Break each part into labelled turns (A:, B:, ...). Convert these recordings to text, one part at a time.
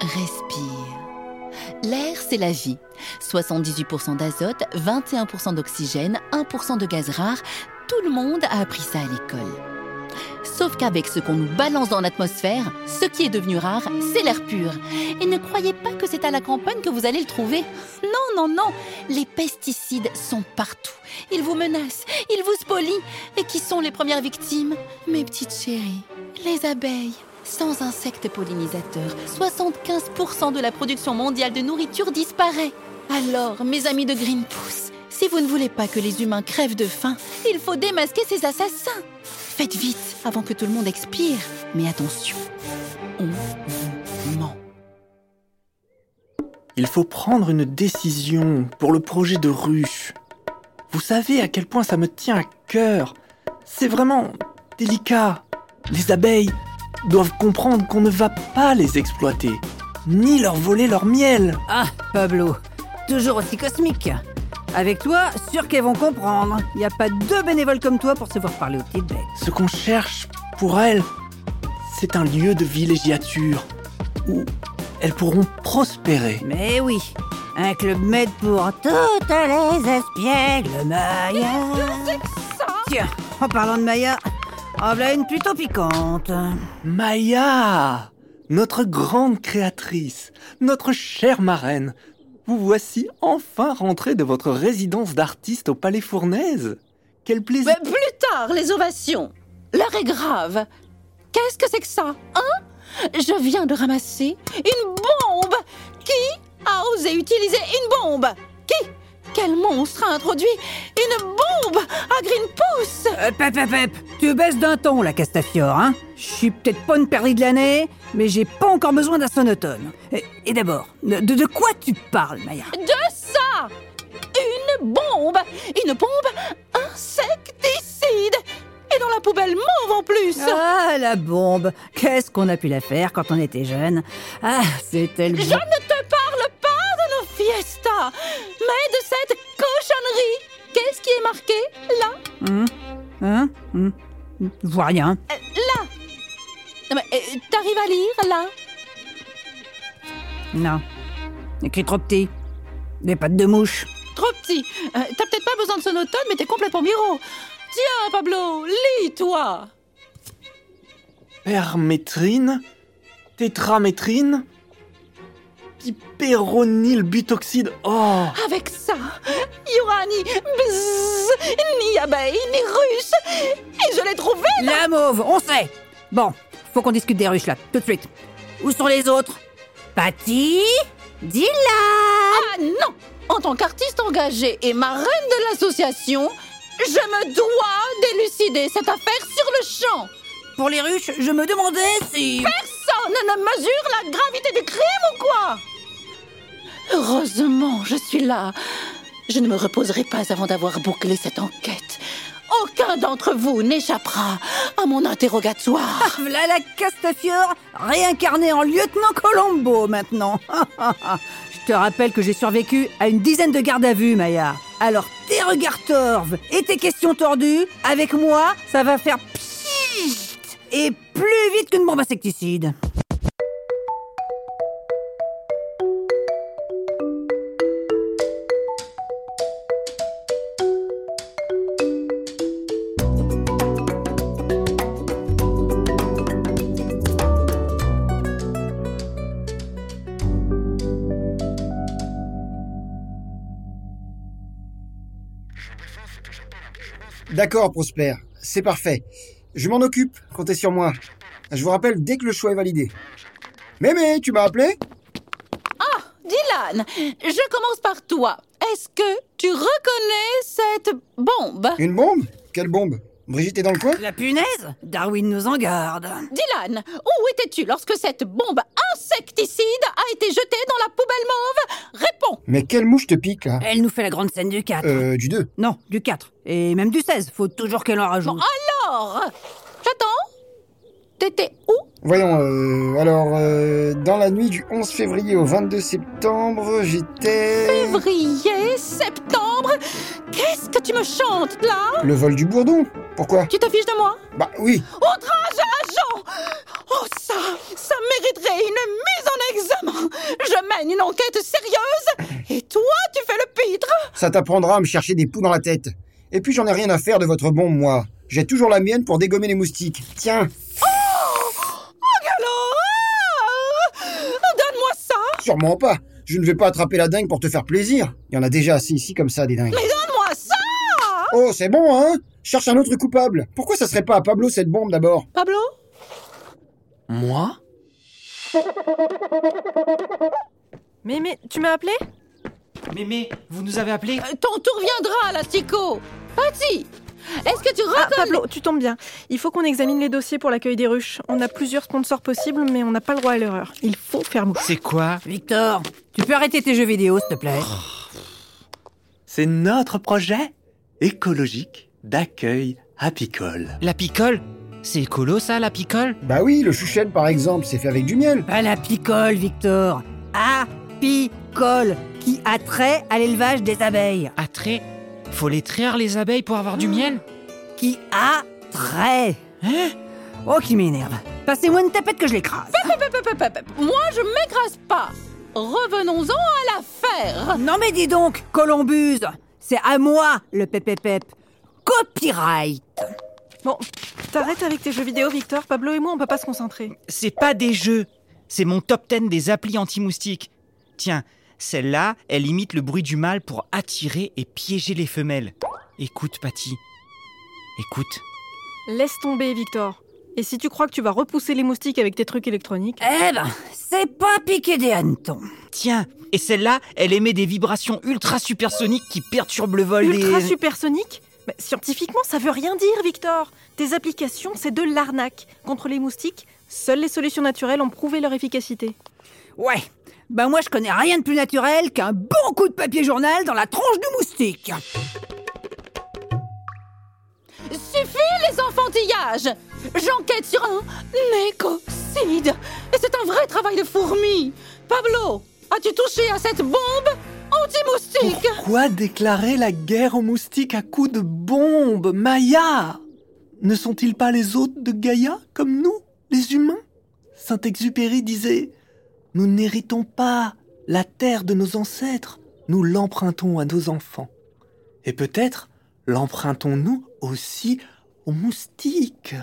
A: Respire. L'air, c'est la vie. 78% d'azote, 21% d'oxygène, 1% de gaz rare. Tout le monde a appris ça à l'école. Sauf qu'avec ce qu'on nous balance dans l'atmosphère, ce qui est devenu rare, c'est l'air pur. Et ne croyez pas que c'est à la campagne que vous allez le trouver. Non, non, non. Les pesticides sont partout. Ils vous menacent, ils vous spolient. Et qui sont les premières victimes Mes petites chéries, les abeilles. Sans insectes pollinisateurs, 75% de la production mondiale de nourriture disparaît. Alors, mes amis de Greenpeace, si vous ne voulez pas que les humains crèvent de faim, il faut démasquer ces assassins. Faites vite avant que tout le monde expire. Mais attention, on vous ment.
B: Il faut prendre une décision pour le projet de ruche. Vous savez à quel point ça me tient à cœur. C'est vraiment délicat. Les abeilles doivent comprendre qu'on ne va pas les exploiter, ni leur voler leur miel.
C: Ah, Pablo, toujours aussi cosmique. Avec toi, sûr qu'elles vont comprendre. Il n'y a pas deux bénévoles comme toi pour se voir parler aux petites bêtes.
B: Ce qu'on cherche pour elles, c'est un lieu de villégiature où elles pourront prospérer.
C: Mais oui, un club med pour toutes les espiègles Maya. Tiens, en parlant de Maya, en voilà une plutôt piquante. Euh,
B: Maya, notre grande créatrice, notre chère marraine, vous voici enfin rentrée de votre résidence d'artiste au Palais Fournaise. Quel plaisir.
D: Mais plus tard, les ovations. L'heure est grave. Qu'est-ce que c'est que ça, hein Je viens de ramasser une bombe. Qui a osé utiliser une bombe Qui Quel monstre a introduit une bombe à Greenpeace
C: Euh, pep, pep, pep, tu baisses d'un ton, la Castafiore, hein Je suis peut-être pas une perdue de l'année, mais j'ai pas encore besoin d'un sonotone. Et, et d'abord, de, de quoi tu parles, Maya
D: De ça Une bombe Une bombe insecticide Et dans la poubelle mauve en plus
C: Ah, la bombe Qu'est-ce qu'on a pu la faire quand on était jeune Ah, c'était le...
D: Je ne te parle pas de nos fiestas, mais de cette cochonnerie Qu'est-ce qui est marqué là
C: Hum, hein, hum, Je vois rien.
D: Euh, Là Non, mais, euh, T'arrives à lire là
C: Non. Écrit trop petit. Des pattes de mouche.
D: Trop petit Euh, T'as peut-être pas besoin de sonotone, mais t'es complètement miro Tiens, Pablo, lis-toi
B: Permétrine, tétramétrine, pyperonylbutoxide. Oh,
D: Avec ça, il y aura ni bzzz, ni abeille, ni ruche Et je l'ai trouvé
C: La mauve, on sait Bon, faut qu'on discute des ruches, là, tout de suite. Où sont les autres Patty Dis-la
D: Ah non En tant qu'artiste engagée et marraine de l'association, je me dois d'élucider cette affaire sur le champ
C: Pour les ruches, je me demandais si...
D: Personne ne mesure la gravité du crime ou quoi Heureusement, je suis là. Je ne me reposerai pas avant d'avoir bouclé cette enquête. Aucun d'entre vous n'échappera à mon interrogatoire.
C: Voilà la Castafiore, réincarnée en lieutenant Colombo maintenant. Je te rappelle que j'ai survécu à une dizaine de gardes à vue, Maya. Alors tes regards torves et tes questions tordues, avec moi, ça va faire pssst et plus vite qu'une bombe insecticide.
E: D'accord, Prosper, c'est parfait. Je m'en occupe, comptez sur moi. Je vous rappelle dès que le choix est validé. Mémé, tu m'as appelé
D: Ah, Dylan, je commence par toi. Est-ce que tu reconnais cette bombe
E: Une bombe Quelle bombe Brigitte est dans le coin
C: La punaise Darwin nous en garde.
D: Dylan, où étais-tu lorsque cette bombe insecticide a été jetée dans la poubelle mauve Réponds
E: Mais quelle mouche te pique, là
C: Elle nous fait la grande scène du 4.
E: Euh, du 2.
C: Non, du 4. Et même du 16, faut toujours qu'elle en rajoute.
D: Alors J'attends T'étais où
E: Voyons, euh, alors, euh, dans la nuit du 11 février au 22 septembre, j'étais...
D: Février, septembre Qu'est-ce que tu me chantes là
E: Le vol du bourdon Pourquoi
D: Tu t'affiches de moi
E: Bah oui,
D: Outrage à agent Oh ça, ça mériterait une mise en examen Je mène une enquête sérieuse et toi, tu fais le pitre
E: Ça t'apprendra à me chercher des poux dans la tête. Et puis j'en ai rien à faire de votre bombe, moi. J'ai toujours la mienne pour dégommer les moustiques. Tiens,
D: Quelle horreur euh, Donne-moi ça
E: sûrement pas. Je ne vais pas attraper la dingue pour te faire plaisir. Il y en a déjà assez ici comme ça, des dingues.
D: Mais donne-moi ça
E: Oh, c'est bon, hein Cherche un autre coupable. Pourquoi ça serait pas à Pablo cette bombe d'abord
D: Pablo
B: Moi
F: Mais mais, tu m'as appelé
G: Mémé, vous nous avez appelé
D: Euh, Ton tour viendra, l'asticot Patty Est-ce que tu
F: Ah,
D: reconnais
F: Pablo, tu tombes bien. Il faut qu'on examine les dossiers pour l'accueil des ruches. On a plusieurs sponsors possibles, mais on n'a pas le droit à l'erreur. Il faut faire mouche.
G: C'est quoi
C: Victor, tu peux arrêter tes jeux vidéo, s'il te plaît
B: C'est notre projet écologique d'accueil apicole.
G: La picole C'est écolo ça, la picole
E: Bah oui, le chouchène par exemple, c'est fait avec du miel.
C: Pas la picole, Victor Apicole Qui a trait à l'élevage des abeilles Ah.
G: À trait Faut les traire les abeilles pour avoir du miel Hein
C: Qui a trait Oh, qui m'énerve Passez-moi une tapette que je l'écrase
D: Pep, pep, pep, pep. Moi, je m'écrase pas Revenons-en à l'affaire
C: Non mais dis donc, Columbus C'est à moi, le pépépep Copyright
F: Bon, t'arrêtes avec tes jeux vidéo, Victor. Pablo et moi, on peut pas se concentrer.
G: C'est pas des jeux C'est mon top 10 des applis anti-moustiques. Tiens, celle-là, elle imite le bruit du mâle pour attirer et piéger les femelles. Écoute, Patty. Écoute.
F: Laisse tomber, Victor. Et si tu crois que tu vas repousser les moustiques avec tes trucs électroniques,
C: Eh ben, c'est pas piquer des hannetons
G: Tiens, et celle-là, elle émet des vibrations ultra supersoniques qui perturbent le vol
F: ultra
G: des...
F: supersonique Mais Scientifiquement, ça veut rien dire, Victor. Tes applications, c'est de l'arnaque. Contre les moustiques, seules les solutions naturelles ont prouvé leur efficacité.
C: Ouais ben moi je connais rien de plus naturel qu'un bon coup de papier journal dans la tronche du moustique
D: Suffit les enfantillages J'enquête sur un écocide Et c'est un vrai travail de fourmi Pablo, as-tu touché à cette bombe anti-moustique
B: Pourquoi déclarer la guerre aux moustiques à coups de bombes, Maya Ne sont-ils pas les hôtes de Gaïa, comme nous, les humains Saint-Exupéry disait Nous n'héritons pas la terre de nos ancêtres, nous l'empruntons à nos enfants. Et peut-être l'empruntons-nous aussi aux moustiques,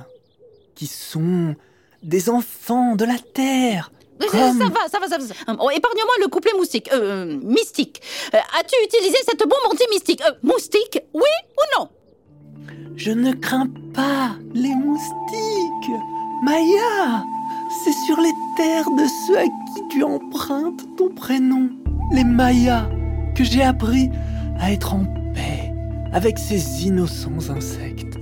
B: qui sont des enfants de la terre.
D: Ça
B: Comme-
D: va, ça va, ça va. Oh, Épargne-moi le couplet moustique. Euh, mystique. Euh, As-tu utilisé cette bombe anti-mystique Euh, Moustique, oui ou non
B: Je ne crains pas les moustiques. Maya, c'est sur les terres de ceux à qui tu empruntes ton prénom, les Mayas, que j'ai appris à être en paix avec ces innocents insectes.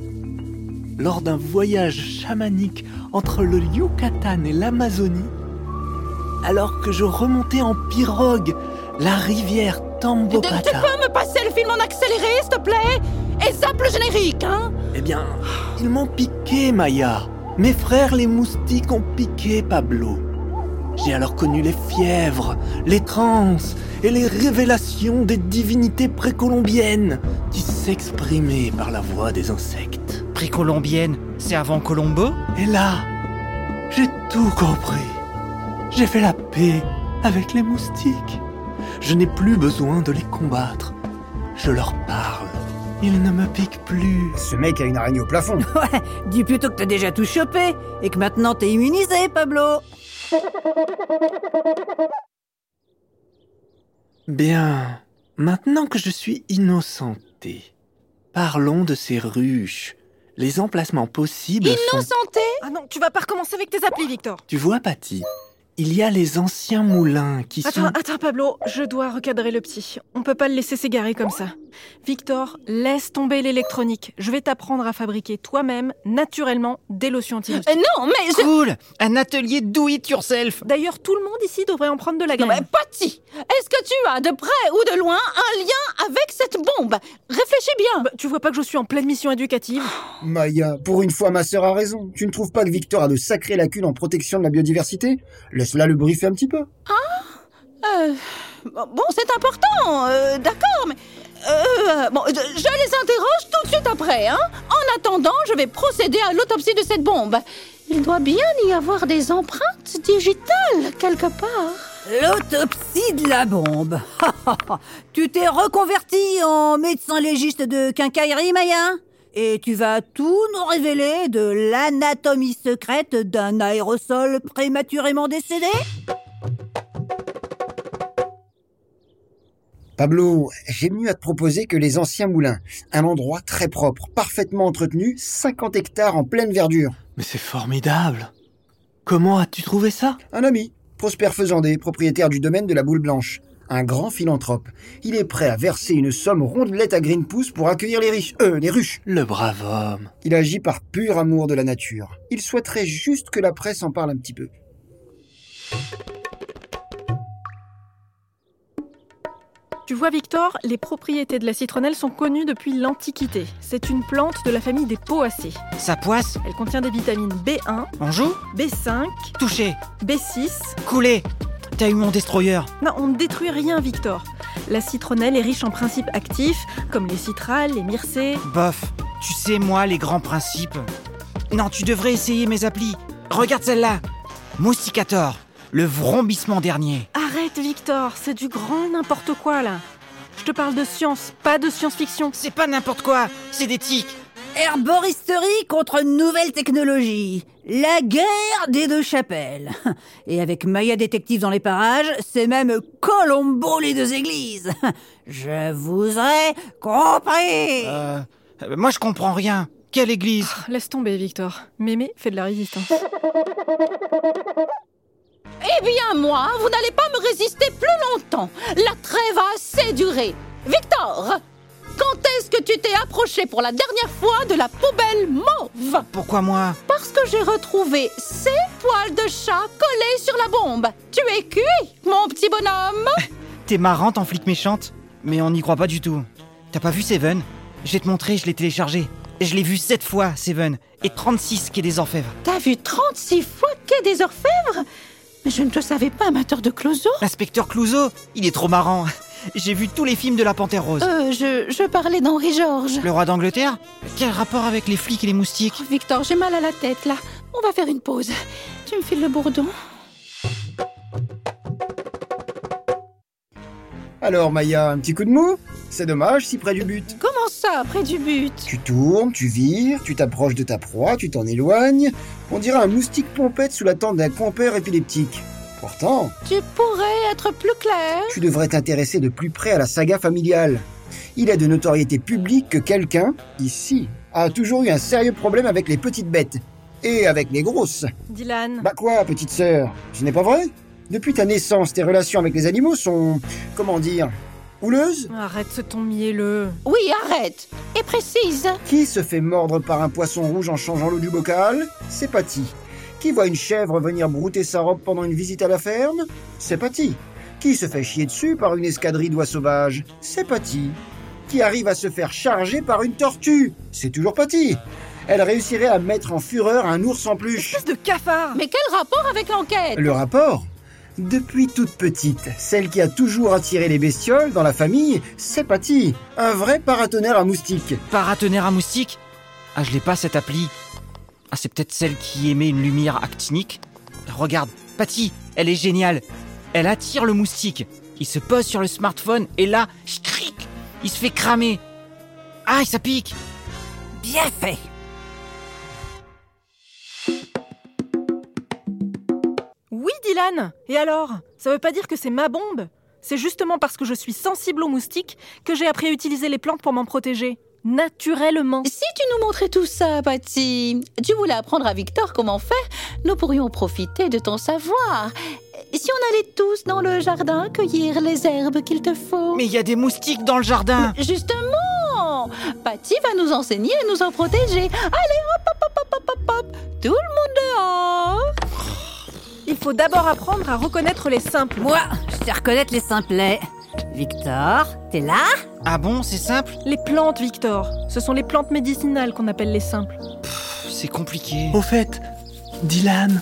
B: Lors d'un voyage chamanique entre le Yucatan et l'Amazonie, alors que je remontais en pirogue la rivière
D: Tu- tu- Tu
B: Tambopata.
D: peux me passer le film en accéléré, s'il te plaît Et zappe le générique, hein
B: Eh bien, ils m'ont piqué, Maya. Mes frères les moustiques ont piqué Pablo. J'ai alors connu les fièvres, les transes et les révélations des divinités précolombiennes qui s'exprimaient par la voix des insectes.
G: Précolombienne, c'est avant Colombo
B: Et là, j'ai tout compris. J'ai fait la paix avec les moustiques. Je n'ai plus besoin de les combattre. Je leur parle. Ils ne me piquent plus.
E: Ce mec a une araignée au plafond.
C: Dis plutôt que t'as déjà tout chopé et que maintenant t'es immunisé, Pablo
B: Bien, maintenant que je suis innocenté, parlons de ces ruches. Les emplacements possibles sont...
D: Innocenté
F: Ah non, tu vas pas recommencer avec tes applis, Victor.
B: Tu vois, Patty, il y a les anciens moulins qui
F: Attends,
B: sont...
F: attends, Pablo, je dois recadrer le petit. On peut pas le laisser s'égarer comme ça. Victor, laisse tomber l'électronique. Je vais t'apprendre à fabriquer toi-même, naturellement, des lotions anti
D: Euh, Non, mais je...
G: Cool Un atelier do it yourself
F: Eh, D'ailleurs, tout le monde ici devrait en prendre de la
D: Non, mais
F: graine.
D: Patty, est-ce que tu as de près ou de loin un lien avec cette bombe Réfléchis bien
F: Bah, tu vois pas que je suis en pleine mission éducative
E: Maya, pour une fois, ma sœur a raison. Tu ne trouves pas que Victor a de sacrées lacunes en protection de la biodiversité Laisse-la le briefer un petit peu.
D: Euh, Bon, c'est important, euh, d'accord, mais... euh, bon, je je les interroge tout de suite après, hein En attendant, je vais procéder à l'autopsie de cette bombe. Il doit bien y avoir des empreintes digitales quelque part.
C: L'autopsie de la bombe. tu t'es reconverti en médecin légiste de quincaillerie, Maya Et tu vas tout nous révéler de l'anatomie secrète d'un aérosol prématurément décédé
E: Pablo, j'ai mieux à te proposer que les anciens moulins. Un endroit très propre, parfaitement entretenu, 50 hectares en pleine verdure.
B: Mais c'est formidable Comment as-tu trouvé ça
E: Un ami, Prosper Faisandet, propriétaire du domaine de la Boule Blanche. Un grand philanthrope. Il est prêt à verser une somme rondelette à Greenpeace pour accueillir les riches. Euh, les ruches.
B: Le brave homme.
E: Il agit par pur amour de la nature. Il souhaiterait juste que la presse en parle un petit peu.
F: Tu vois, Victor, les propriétés de la citronnelle sont connues depuis l'Antiquité. C'est une plante de la famille des poacées.
G: Sa poisse,
F: Elle contient des vitamines B1,
G: on joue
F: B5,
G: Touché
F: B6.
G: Coulé T'as eu mon destroyer
F: Non, on ne détruit rien, Victor. La citronnelle est riche en principes actifs, comme les citrales, les myrcées.
G: Bof Tu sais, moi, les grands principes. Non, tu devrais essayer mes applis. Regarde celle-là Mousticator Le vrombissement dernier
F: Arrête, Victor, c'est du grand n'importe quoi là. Je te parle de science, pas de science-fiction.
G: C'est pas n'importe quoi C'est des tics
C: Herboristerie contre nouvelle technologie. La guerre des deux chapelles. Et avec Maya Détective dans les parages, c'est même Colombo les deux églises. Je vous ai compris.
G: Euh. euh, Moi, je comprends rien Quelle église
F: Laisse tomber, Victor. Mémé fait de la résistance.
D: Eh bien, moi, vous n'allez pas me résister plus longtemps. La trêve a assez duré. Victor, quand est-ce que tu t'es approché pour la dernière fois de la poubelle mauve
G: Pourquoi moi
D: Parce que j'ai retrouvé ces poils de chat collés sur la bombe. Tu es cuit, mon petit bonhomme.
G: T'es marrante en flic méchante Mais on n'y croit pas du tout. T'as pas vu Seven Je vais te montrer, je l'ai téléchargé. Je l'ai vu 7 fois, Seven, et 36 quai des Orfèvres.
D: T'as vu 36 fois Quai des Orfèvres Mais je ne te savais pas amateur de closo.
G: Inspecteur Clouseau, il est trop marrant. J'ai vu tous les films de la Panthère Rose.
D: Euh, je, je parlais d'Henri-Georges.
G: Le roi d'Angleterre Quel rapport avec les flics et les moustiques
D: Oh, Victor, j'ai mal à la tête là. On va faire une pause. Tu me files le bourdon
E: Alors, Maya, un petit coup de mou C'est dommage si près du but.
D: Comment ça, près du but
E: Tu tournes, tu vires, tu t'approches de ta proie, tu t'en éloignes. On dirait un moustique pompette sous la tente d'un compère épileptique. Pourtant,
D: Tu pourrais être plus clair
E: tu devrais t'intéresser de plus près à la saga familiale. Il est de notoriété publique que quelqu'un, ici, a toujours eu un sérieux problème avec les petites bêtes. Et avec les grosses.
F: Dylan,
E: Bah quoi, petite sœur Ce n'est pas vrai Depuis ta naissance, tes relations avec les animaux sont... comment dire Houleuses
F: arrête ce ton mielleux.
D: Oui, arrête Et précise
E: Qui se fait mordre par un poisson rouge en changeant l'eau du bocal C'est Patty. Qui voit une chèvre venir brouter sa robe pendant une visite à la ferme C'est Patty. Qui se fait chier dessus par une escadrille d'oies sauvages C'est Patty. Qui arrive à se faire charger par une tortue C'est toujours Patty. Elle réussirait à mettre en fureur un ours en peluche.
F: Espèce de cafard
D: Mais quel rapport avec l'enquête
E: Le rapport Depuis toute petite, celle qui a toujours attiré les bestioles dans la famille, c'est Patty. Un vrai paratonnerre à moustiques.
G: Paratonnerre à moustiques Ah, je l'ai pas cette appli. Ah, c'est peut-être celle qui émet une lumière actinique. Regarde, Patty, elle est géniale. Elle attire le moustique. Il se pose sur le smartphone et là, schcric, il se fait cramer. Ah, ça pique
C: Bien fait.
F: Oui, Dylan Et alors Ça veut pas dire que c'est ma bombe C'est justement parce que je suis sensible aux moustiques que j'ai appris à utiliser les plantes pour m'en protéger. Naturellement.
D: Si tu nous montrais tout ça, Patty, tu voulais apprendre à Victor comment faire, nous pourrions profiter de ton savoir. Si on allait tous dans le jardin cueillir les herbes qu'il te faut.
G: Mais ah. il y a des moustiques dans le jardin
D: Justement Patty va nous enseigner à nous en protéger. Allez, hop, hop, hop, hop, hop, hop, hop Tout le monde dehors
F: Il faut d'abord apprendre à reconnaître les simples.
C: Moi, je sais reconnaître les simplets. Victor, t'es là
G: Ah bon, c'est simple
F: Les plantes, Victor. Ce sont les plantes médicinales qu'on appelle les simples.
G: Pff, C'est compliqué.
B: Au fait, Dylan,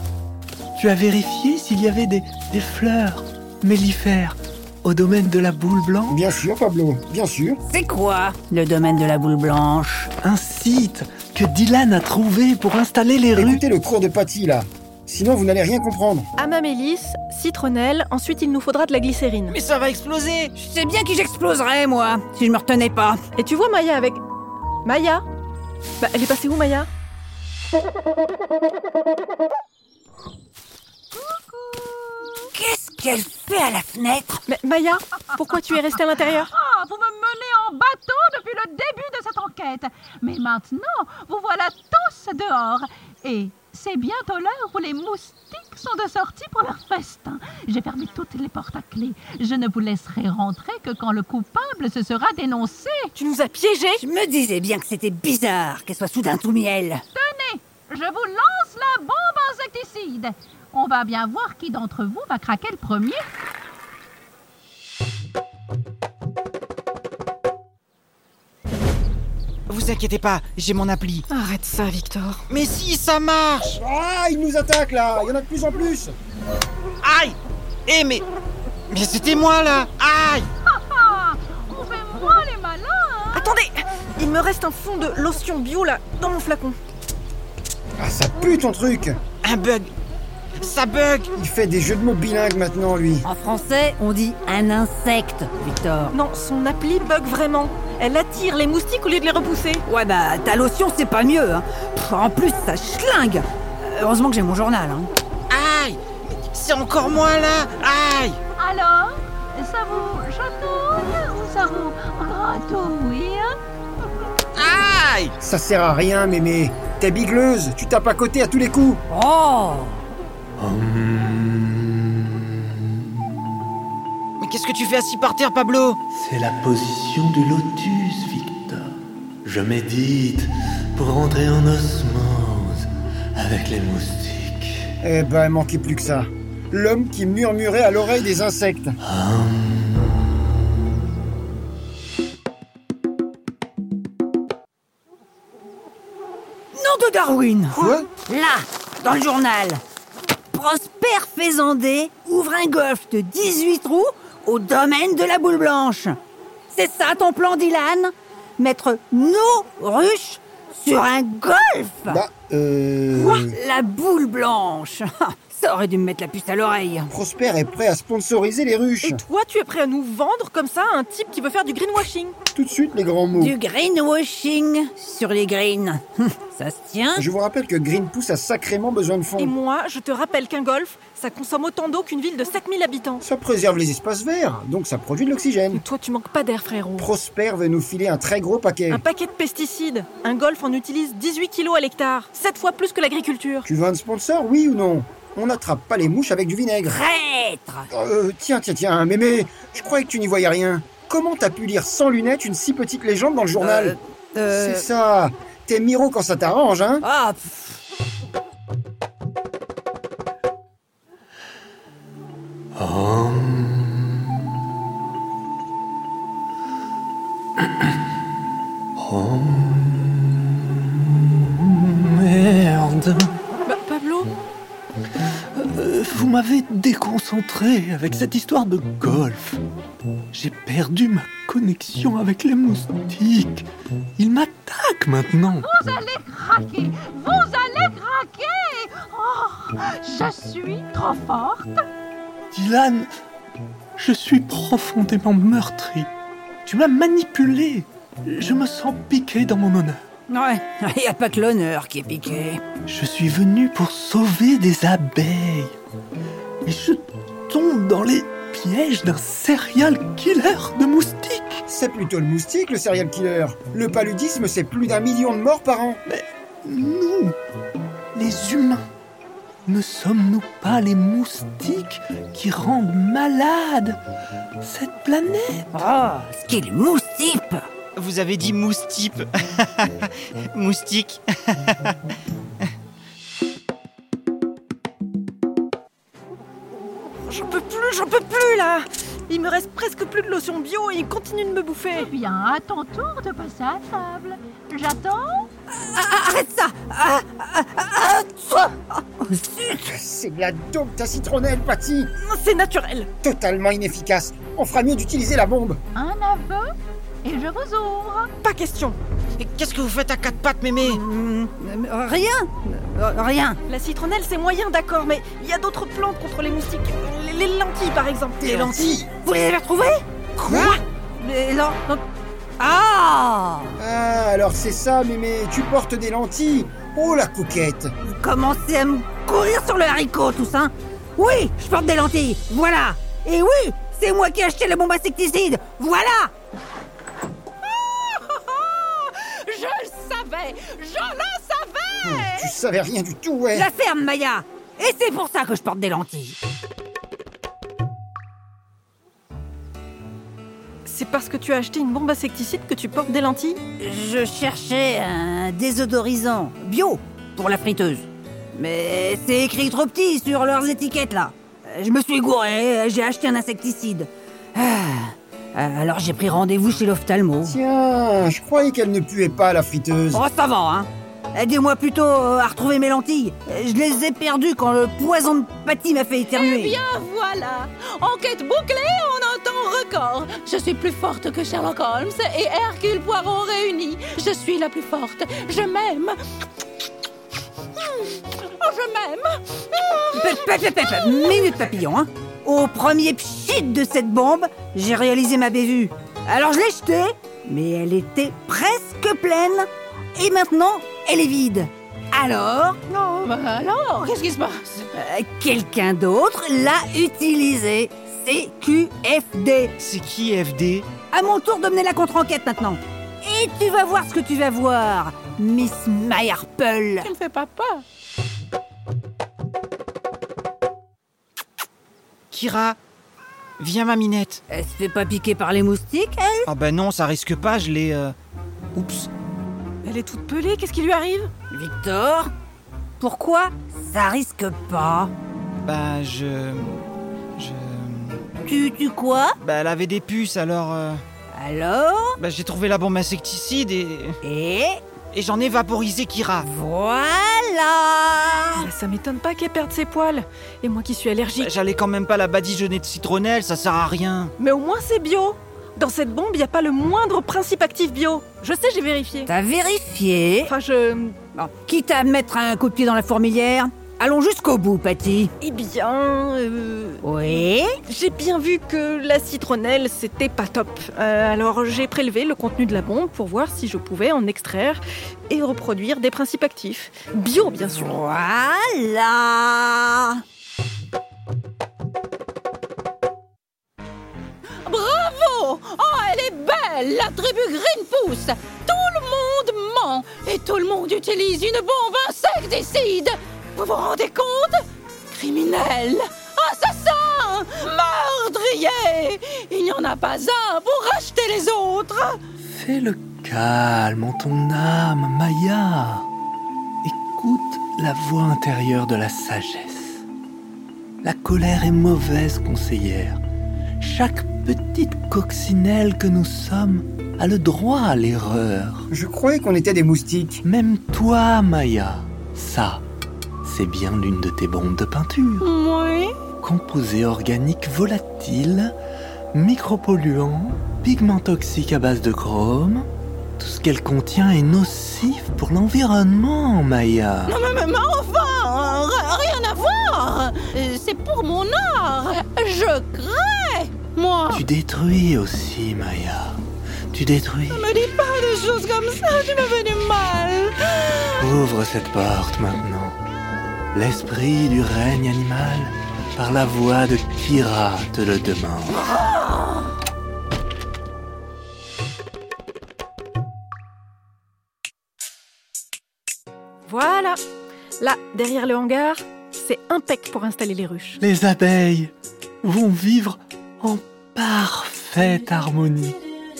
B: tu as vérifié s'il y avait des, des fleurs mellifères au domaine de la boule blanche
E: Bien sûr, Pablo, bien sûr.
C: C'est quoi le domaine de la boule blanche
B: Un site que Dylan a trouvé pour installer les rues
E: Écoutez le cours de Patty, là. Sinon, vous n'allez rien comprendre.
F: Amamélis, citronnelle, ensuite il nous faudra de la glycérine.
G: Mais ça va exploser
C: Je sais bien que j'exploserais, moi, si je me retenais pas.
F: Et tu vois Maya avec. Maya Bah, elle est passée où Maya
C: Qu'est-ce qu'elle fait à la fenêtre
F: Mais Maya, pourquoi tu es restée à l'intérieur
H: Ah, vous me menez en bateau depuis le début de cette enquête. Mais maintenant, vous voilà tous dehors. Et c'est bientôt l'heure où les moustiques sont de sortie pour leur festin. J'ai fermé toutes les portes à clé. Je ne vous laisserai rentrer que quand le coupable se sera dénoncé.
F: Tu nous as piégés
C: Je me disais bien que c'était bizarre qu'elle soit soudain tout miel.
H: Je vous lance la bombe insecticide. On va bien voir qui d'entre vous va craquer le premier.
G: Vous inquiétez pas, j'ai mon appli.
F: Arrête ça, Victor.
G: Mais si, ça marche
E: Ah, ils nous attaquent là Il y en a de plus en plus
G: Aïe Eh mais... Mais c'était moi là Aïe
H: Ah, on fait moins les malins.
F: Attendez Il me reste un fond de lotion bio là, dans mon flacon.
E: Ah, ça pue ton truc
G: Un bug Ça bug
E: Il fait des jeux de mots bilingues maintenant, lui.
C: En français, on dit un insecte, Victor.
F: Non, son appli bug vraiment. Elle attire les moustiques au lieu de les repousser.
C: Ouais, bah, ta lotion, c'est pas mieux. hein. Pff, en plus, ça schlingue. Euh, Heureusement que j'ai mon journal. Hein.
G: Aïe Mais C'est encore moi là Aïe
H: Alors, ça vous chatouille ou ça vous ratouille
G: Aïe
E: Ça sert à rien, mémé. T'es bigleuse, tu tapes à côté à tous les coups.
C: Oh
G: Mais qu'est-ce que tu fais assis par terre, Pablo
B: C'est la position du lotus, Victor. Je médite pour entrer en osmose avec les moustiques.
E: Eh ben, il manquait plus que ça. L'homme qui murmurait à l'oreille des insectes.
C: Nom de Darwin
E: Quoi
C: Là, dans le journal. Prosper Faisandé ouvre un golf de 18 trous au domaine de la boule blanche. C'est ça ton plan, Dylan Mettre nos ruches sur un golf
E: Bah, euh...
C: Quoi La boule blanche Ça aurait dû me mettre la puce à l'oreille.
E: Prosper est prêt à sponsoriser les ruches.
F: Et toi, tu es prêt à nous vendre comme ça à un type qui veut faire du greenwashing
E: Tout de suite, les grands mots.
C: Du greenwashing sur les greens. ça se tient
E: Je vous rappelle que Greenpeace a sacrément besoin de
F: Et
E: fonds.
F: moi, je te rappelle qu'un golf, ça consomme autant d'eau qu'une ville de 7000 habitants.
E: Ça préserve les espaces verts, donc ça produit de l'oxygène.
F: Mais toi, tu manques pas d'air, frérot.
E: Prosper veut nous filer un très gros paquet.
F: Un paquet de pesticides. Un golf en utilise 18 kilos à l'hectare. 7 fois plus que l'agriculture.
E: Tu veux un sponsor, oui ou non On n'attrape pas les mouches avec du vinaigre.
C: Traître
E: Euh, tiens, tiens, tiens, mémé, je croyais que tu n'y voyais rien. Comment t'as pu lire sans lunettes une si petite légende dans le journal
C: Euh,
E: C'est ça T'es miro quand ça t'arrange, hein
C: Ah, pff,
B: Merde
F: Bah, Pablo,
B: Euh, Vous m'avez déconcentré avec cette histoire de golf. J'ai perdu ma connexion avec les moustiques. Ils m'attaquent maintenant.
H: Vous allez craquer Vous allez craquer Oh, je suis trop forte
B: Dylan, je suis profondément meurtri. Tu m'as manipulé. Je me sens piqué dans mon honneur.
C: ouais, il a pas que l'honneur qui est piqué.
B: Je suis venu pour sauver des abeilles. Et je tombe dans les pièges d'un serial killer de moustiques.
E: C'est plutôt le moustique, le serial killer. Le paludisme, c'est plus d'un million de morts par an.
B: Nous, les humains, ne sommes-nous pas les moustiques qui rendent malade cette planète
C: Oh, ce qu'il est moustip
G: Vous avez dit moustique. moustique.
F: J'en peux plus, j'en peux plus là Il me reste presque plus de lotion bio et il continue de me
H: Eh
F: bouffer.
H: bien, à ton tour de passer à table. J'attends
C: Arrête ça ah, ah, ah, ah, toi Oh, zut
E: C'est de la dope, ta citronnelle, Patty
F: C'est naturel.
E: Totalement inefficace. On fera mieux d'utiliser la bombe.
H: un aveu et je vous ouvre.
F: Pas question.
G: Mais Qu'est-ce que vous faites à quatre pattes, mémé
F: Hmm,
C: Hum, euh, Rien Euh, Rien
F: La citronnelle, c'est moyen, d'accord, mais il y a d'autres plantes contre les moustiques. Les, les lentilles, par exemple.
G: Les lentilles
C: Vous les avez retrouvés Hein
G: Quoi
C: Les lan- lan- Ah
E: Ah, alors c'est ça, mémé, tu portes des lentilles Oh la coquette
C: Vous commencez à me courir sur le haricot, tous, hein Oui, je porte des lentilles, voilà Et oui, c'est moi qui ai acheté la bombe insecticide, voilà
D: Je le savais Je le savais
E: Tu savais rien du tout, ouais
C: La ferme, Maya Et c'est pour ça que je porte des lentilles
F: C'est parce que tu as acheté une bombe insecticide que tu portes des lentilles
C: Je cherchais un désodorisant bio pour la friteuse. Mais c'est écrit trop petit sur leurs étiquettes là. Euh, Je me suis gouré, j'ai acheté un insecticide. Ah, euh, alors j'ai pris rendez-vous chez l'ophtalmo.
E: Tiens, je croyais qu'elle ne puait pas, la friteuse
C: Oh, ça va, hein Aidez-moi plutôt euh, à retrouver mes lentilles. Euh, Je les ai perdues quand le poison de pâtis m'a fait éternuer.
D: Voilà Enquête bouclée, on entend record Je suis plus forte que Sherlock Holmes et Hercule Poirot réunis Je suis la plus forte Je m'aime Oh, je m'aime
C: Pa- pa- pa- pa- pa- Minute papillon, hein. Au premier pchit de cette bombe, j'ai réalisé ma bévue. Alors je l'ai jetée, mais elle était presque pleine. Et maintenant, elle est vide. Alors,
D: Non, bah alors, qu'est-ce qui se passe
C: euh, quelqu'un d'autre l'a utilisée. CQFD.
G: C'est qui, FD
C: À mon tour de mener la contre-enquête maintenant. Et tu vas voir ce que tu vas voir, Miss Mayarple.
D: Tu ne fais pas peur
G: Kira Viens, ma minette
C: Elle se fait Euh, pas piquer par les moustiques, hein, elle
G: Ah bah non, ça risque pas, je l'ai... euh, Oups
F: Elle est toute pelée, qu'est-ce qui lui arrive
C: Victor Pourquoi Ça risque pas.
G: Bah, je... Je...
C: Tu, tu quoi
G: Bah, elle avait des puces, alors... euh,
C: Alors
G: Bah, j'ai trouvé la bombe insecticide et...
C: Et
G: Et j'en ai vaporisé Kira Ah.
C: voilà
F: Bah, Ça m'étonne pas qu'elle perde ses poils. Et moi qui suis allergique.
G: Bah, J'allais quand même pas la badigeonner de citronnelle, ça sert à rien
F: Mais au moins c'est bio. Dans cette bombe, il n'y a pas le moindre principe actif bio. Je sais, j'ai vérifié.
C: T'as vérifié
F: Enfin, je...
C: Bon, Quitte à mettre un coup de pied dans la fourmilière, allons jusqu'au bout, Patty.
F: Eh bien, euh,
C: Oui
F: j'ai bien vu que la citronnelle, c'était pas top. Euh, alors j'ai prélevé le contenu de la bombe pour voir si je pouvais en extraire et reproduire des principes actifs. Bio, bien sûr.
C: Voilà
D: Bravo Oh, elle est belle, la tribu Greenpeace Tout le monde ment et tout le monde utilise une bombe insecticide Vous vous rendez compte Criminel Assassin Meurtrier Il n'y en a pas un pour racheter les autres
B: Fais le calme en ton âme, Maya. Écoute la voix intérieure de la sagesse. La colère est mauvaise conseillère. Chaque petite coccinelle que nous sommes a le droit à l'erreur.
E: Je croyais qu'on était des moustiques.
B: Même toi, Maya, ça, c'est bien l'une de tes bombes de peinture.
D: Oui
B: Composés organiques volatiles, micropolluants, pigments toxiques à base de chrome. Tout ce qu'elle contient est nocif pour l'environnement, Maya.
D: Non mais, mais- mais enfin r- Rien à voir Euh, C'est pour mon art Je crée Moi
B: Tu détruis aussi, Maya. Tu détruis.
D: Ne me dis pas des choses comme ça, tu me fais du mal
B: Ouvre cette porte maintenant. L'esprit du règne animal, par la voix de Kira, te le demande.
F: Voilà. Là, derrière le hangar, c'est impec pour installer les ruches.
B: les abeilles vont vivre en parfaite harmonie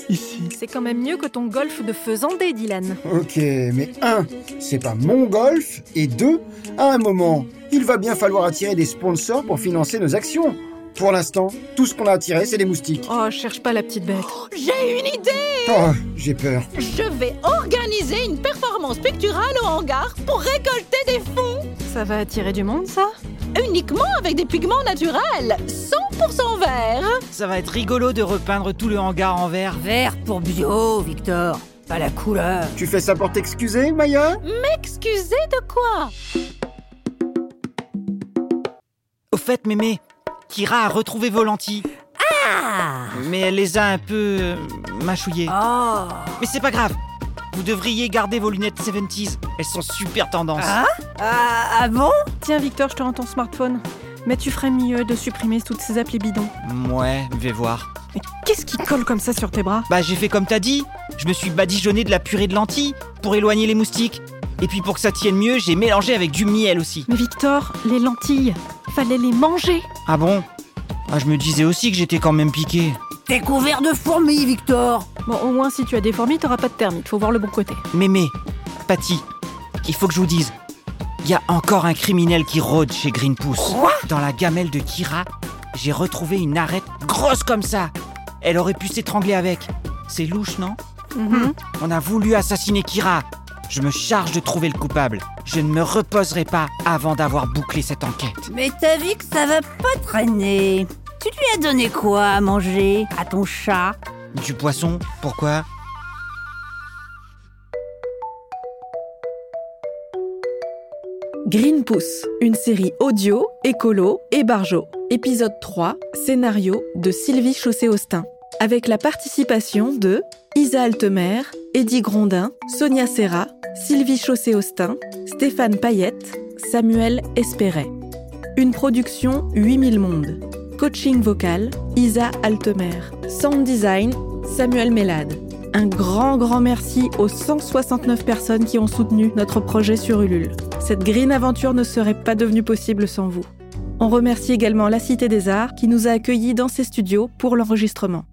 B: ici.
F: C'est quand même mieux que ton golf de faisandé, Dylan.
E: Ok, mais un, c'est pas mon golf, et deux, à un moment, il va bien falloir attirer des sponsors pour financer nos actions. Pour l'instant, tout ce qu'on a attiré, c'est des moustiques.
F: Oh, cherche pas la petite bête.
D: J'ai une idée
E: Oh, j'ai peur.
D: Je vais organiser une performance picturale au hangar pour récolter des fonds
F: Ça va attirer du monde, ça
D: uniquement avec des pigments naturels, 100% verts.
G: Ça va être rigolo de repeindre tout le hangar en vert
C: Vert pour bio, Victor. pas la couleur.
E: Tu fais ça pour t'excuser, Maya
D: Excusez de quoi
G: Au fait, mémé, Kira a retrouvé Volanti,
C: Ah
G: mais elle les a un peu. euh, mâchouillés.
C: Oh
G: Mais c'est pas grave Vous devriez garder vos lunettes 70s, elles sont super tendance.
C: Ah Ah, ah bon
I: Tiens, Victor, je te rends ton smartphone. Mais tu ferais mieux de supprimer toutes ces applis bidons.
G: Ouais, vais voir.
I: Mais qu'est-ce qui colle comme ça sur tes bras
G: Bah, j'ai fait comme t'as dit, je me suis badigeonné de la purée de lentilles pour éloigner les moustiques. Et puis pour que ça tienne mieux, j'ai mélangé avec du miel aussi.
I: Mais Victor, les lentilles, fallait les manger.
G: Ah bon Ah, je me disais aussi que j'étais quand même piqué.
C: T'es couvert de fourmis, Victor
I: Bon, au moins, si tu as des fourmis, t'auras pas de termites. Faut voir le bon côté.
G: Mémé, Patty, il faut que je vous dise. Il y a encore un criminel qui rôde chez Greenpeace.
C: Quoi
G: Dans la gamelle de Kira, j'ai retrouvé une arête grosse comme ça. Elle aurait pu s'étrangler avec. C'est louche, non
I: Mhm.
G: On a voulu assassiner Kira. Je me charge de trouver le coupable. Je ne me reposerai pas avant d'avoir bouclé cette enquête.
C: Mais t'as vu que ça va pas traîner. Tu lui as donné quoi à manger À ton chat
G: Du poisson Pourquoi
F: Green Pouce, une série audio, écolo et barjo. Épisode 3, scénario de Sylvie Chaussé-Austin. Avec la participation de Isa Altemer, Eddie Grondin, Sonia Serra, Sylvie Chaussé-Austin, Stéphane Payette, Samuel Espéret. Une production 8000 mondes. Coaching vocal, Isa Altemer. Sound design, Samuel Mélade. Un grand, grand merci aux 169 personnes qui ont soutenu notre projet sur Ulule. Cette green aventure ne serait pas devenue possible sans vous. On remercie également la Cité des Arts qui nous a accueillis dans ses studios pour l'enregistrement.